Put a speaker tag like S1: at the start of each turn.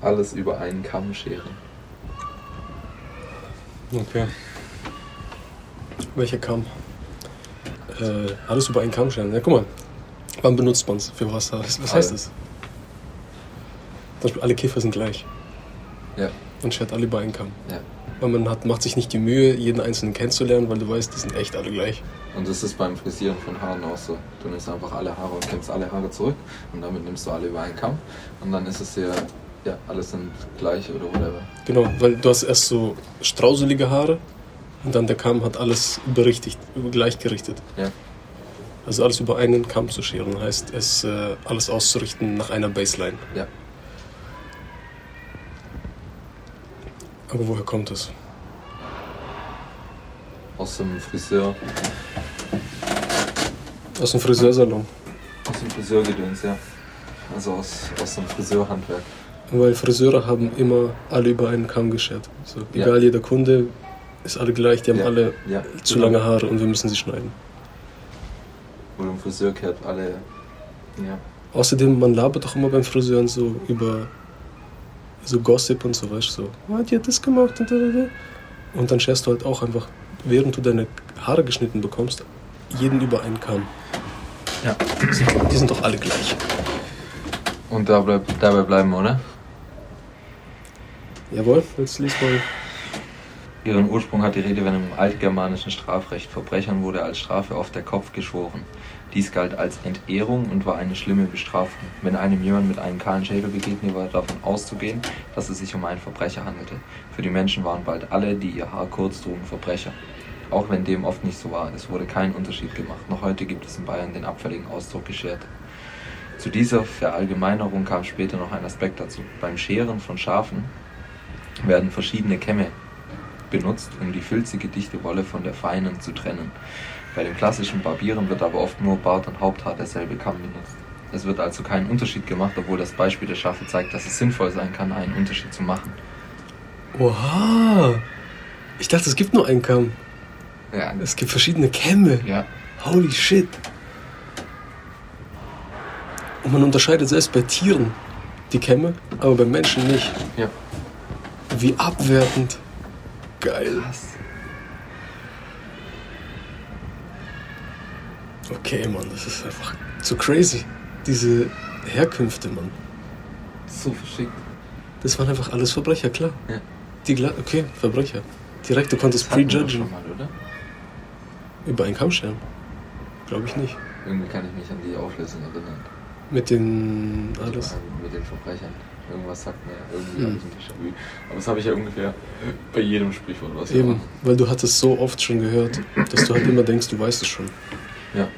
S1: alles über einen Kamm scheren.
S2: Okay.
S3: Welcher Kamm? Äh, alles über einen Kamm scheren. Ja, guck mal. Wann benutzt man es? Für was? Was was heißt
S1: Alle.
S3: das? Zum Beispiel alle Käfer sind gleich.
S1: Ja.
S3: Man schert alle über einen Kamm.
S1: Ja.
S3: Weil man hat, macht sich nicht die Mühe, jeden einzelnen kennenzulernen, weil du weißt, die sind echt alle gleich.
S1: Und das ist beim Frisieren von Haaren auch so. Du nimmst einfach alle Haare und kämmst alle Haare zurück und damit nimmst du alle über einen Kamm. Und dann ist es ja, ja, alles sind gleich oder whatever.
S3: Genau, weil du hast erst so strauselige Haare und dann der Kamm hat alles berichtigt, gleichgerichtet.
S1: Ja.
S3: Also alles über einen Kamm zu scheren, heißt es äh, alles auszurichten nach einer Baseline.
S1: Ja.
S3: Aber woher kommt das?
S1: Aus dem Friseur,
S3: Aus dem Friseursalon.
S1: aus dem Friseurgedöns, ja. Also aus, aus dem Friseurhandwerk.
S3: Weil Friseure haben immer alle über einen Kamm geschert. So,
S1: Ja.
S3: egal, jeder Kunde ist alle gleich, die haben
S1: Ja. Genau.
S3: alle
S1: Ja.
S3: zu lange Haare und wir müssen sie schneiden.
S1: Oder im Friseur kehrt alle. Ja.
S3: Außerdem, man labert doch immer beim Friseuren so über so Gossip und so, weißt du, so, ah, die hat das gemacht und da, da, da. Und dann scherst du halt auch einfach, während du deine Haare geschnitten bekommst, jeden über einen Kamm.
S1: Ja.
S3: Die sind doch alle gleich.
S1: Und da bleib, dabei bleiben, oder?
S3: Jawohl, jetzt lies mal.
S1: Ihren Ursprung hat die Redewendung im altgermanischen Strafrecht. Verbrechern wurde als Strafe oft der Kopf geschworen. Dies galt als Entehrung und war eine schlimme Bestrafung. Wenn einem jemand mit einem kahlen Schädel begegnete, war davon auszugehen, dass es sich um einen Verbrecher handelte. Für die Menschen waren bald alle, die ihr Haar kurz trugen, Verbrecher. Auch wenn dem oft nicht so war, es wurde kein Unterschied gemacht. Noch heute gibt es in Bayern den abfälligen Ausdruck geschert. Zu dieser Verallgemeinerung kam später noch ein Aspekt dazu. Beim Scheren von Schafen werden verschiedene Kämme benutzt, um die filzige, dichte Wolle von der feinen zu trennen. Bei den klassischen Barbieren wird aber oft nur Bart und Haupthaar derselbe Kamm benutzt. Es wird also kein Unterschied gemacht, obwohl das Beispiel der Schafe zeigt, dass es sinnvoll sein kann, einen Unterschied zu machen.
S3: Oha! Ich dachte, es gibt nur einen Kamm.
S1: Ja,
S3: Es gibt verschiedene Kämme.
S1: ja,
S3: Holy shit. Und man unterscheidet selbst bei Tieren die Kämme, aber bei Menschen nicht.
S1: ja.
S3: Wie abwertend. Geil.
S1: Krass.
S3: Okay, Mann, das ist einfach zu crazy. Diese Herkünfte, Mann.
S1: So verschickt.
S3: Das waren einfach alles Verbrecher, klar.
S1: Ja.
S3: Die gla okay, Verbrecher. Direkt, du konntest
S1: hatten wir doch
S3: prejudgen.
S1: schon mal, oder?
S3: Über einen Kamm scheren. Glaube ich nicht.
S1: Irgendwie kann ich mich an die Auflösung erinnern. Also
S3: Mit den alles.
S1: Mit, mit den Verbrechern. Irgendwas sagt mir, irgendwie
S3: Hm.
S1: habe ich ein Déjà-vu. Aber das habe ich ja ungefähr bei jedem Sprichwort, was wir
S3: Eben,
S1: machen.
S3: weil du hattest so oft schon gehört, dass du halt immer denkst, du weißt es schon.
S1: Ja.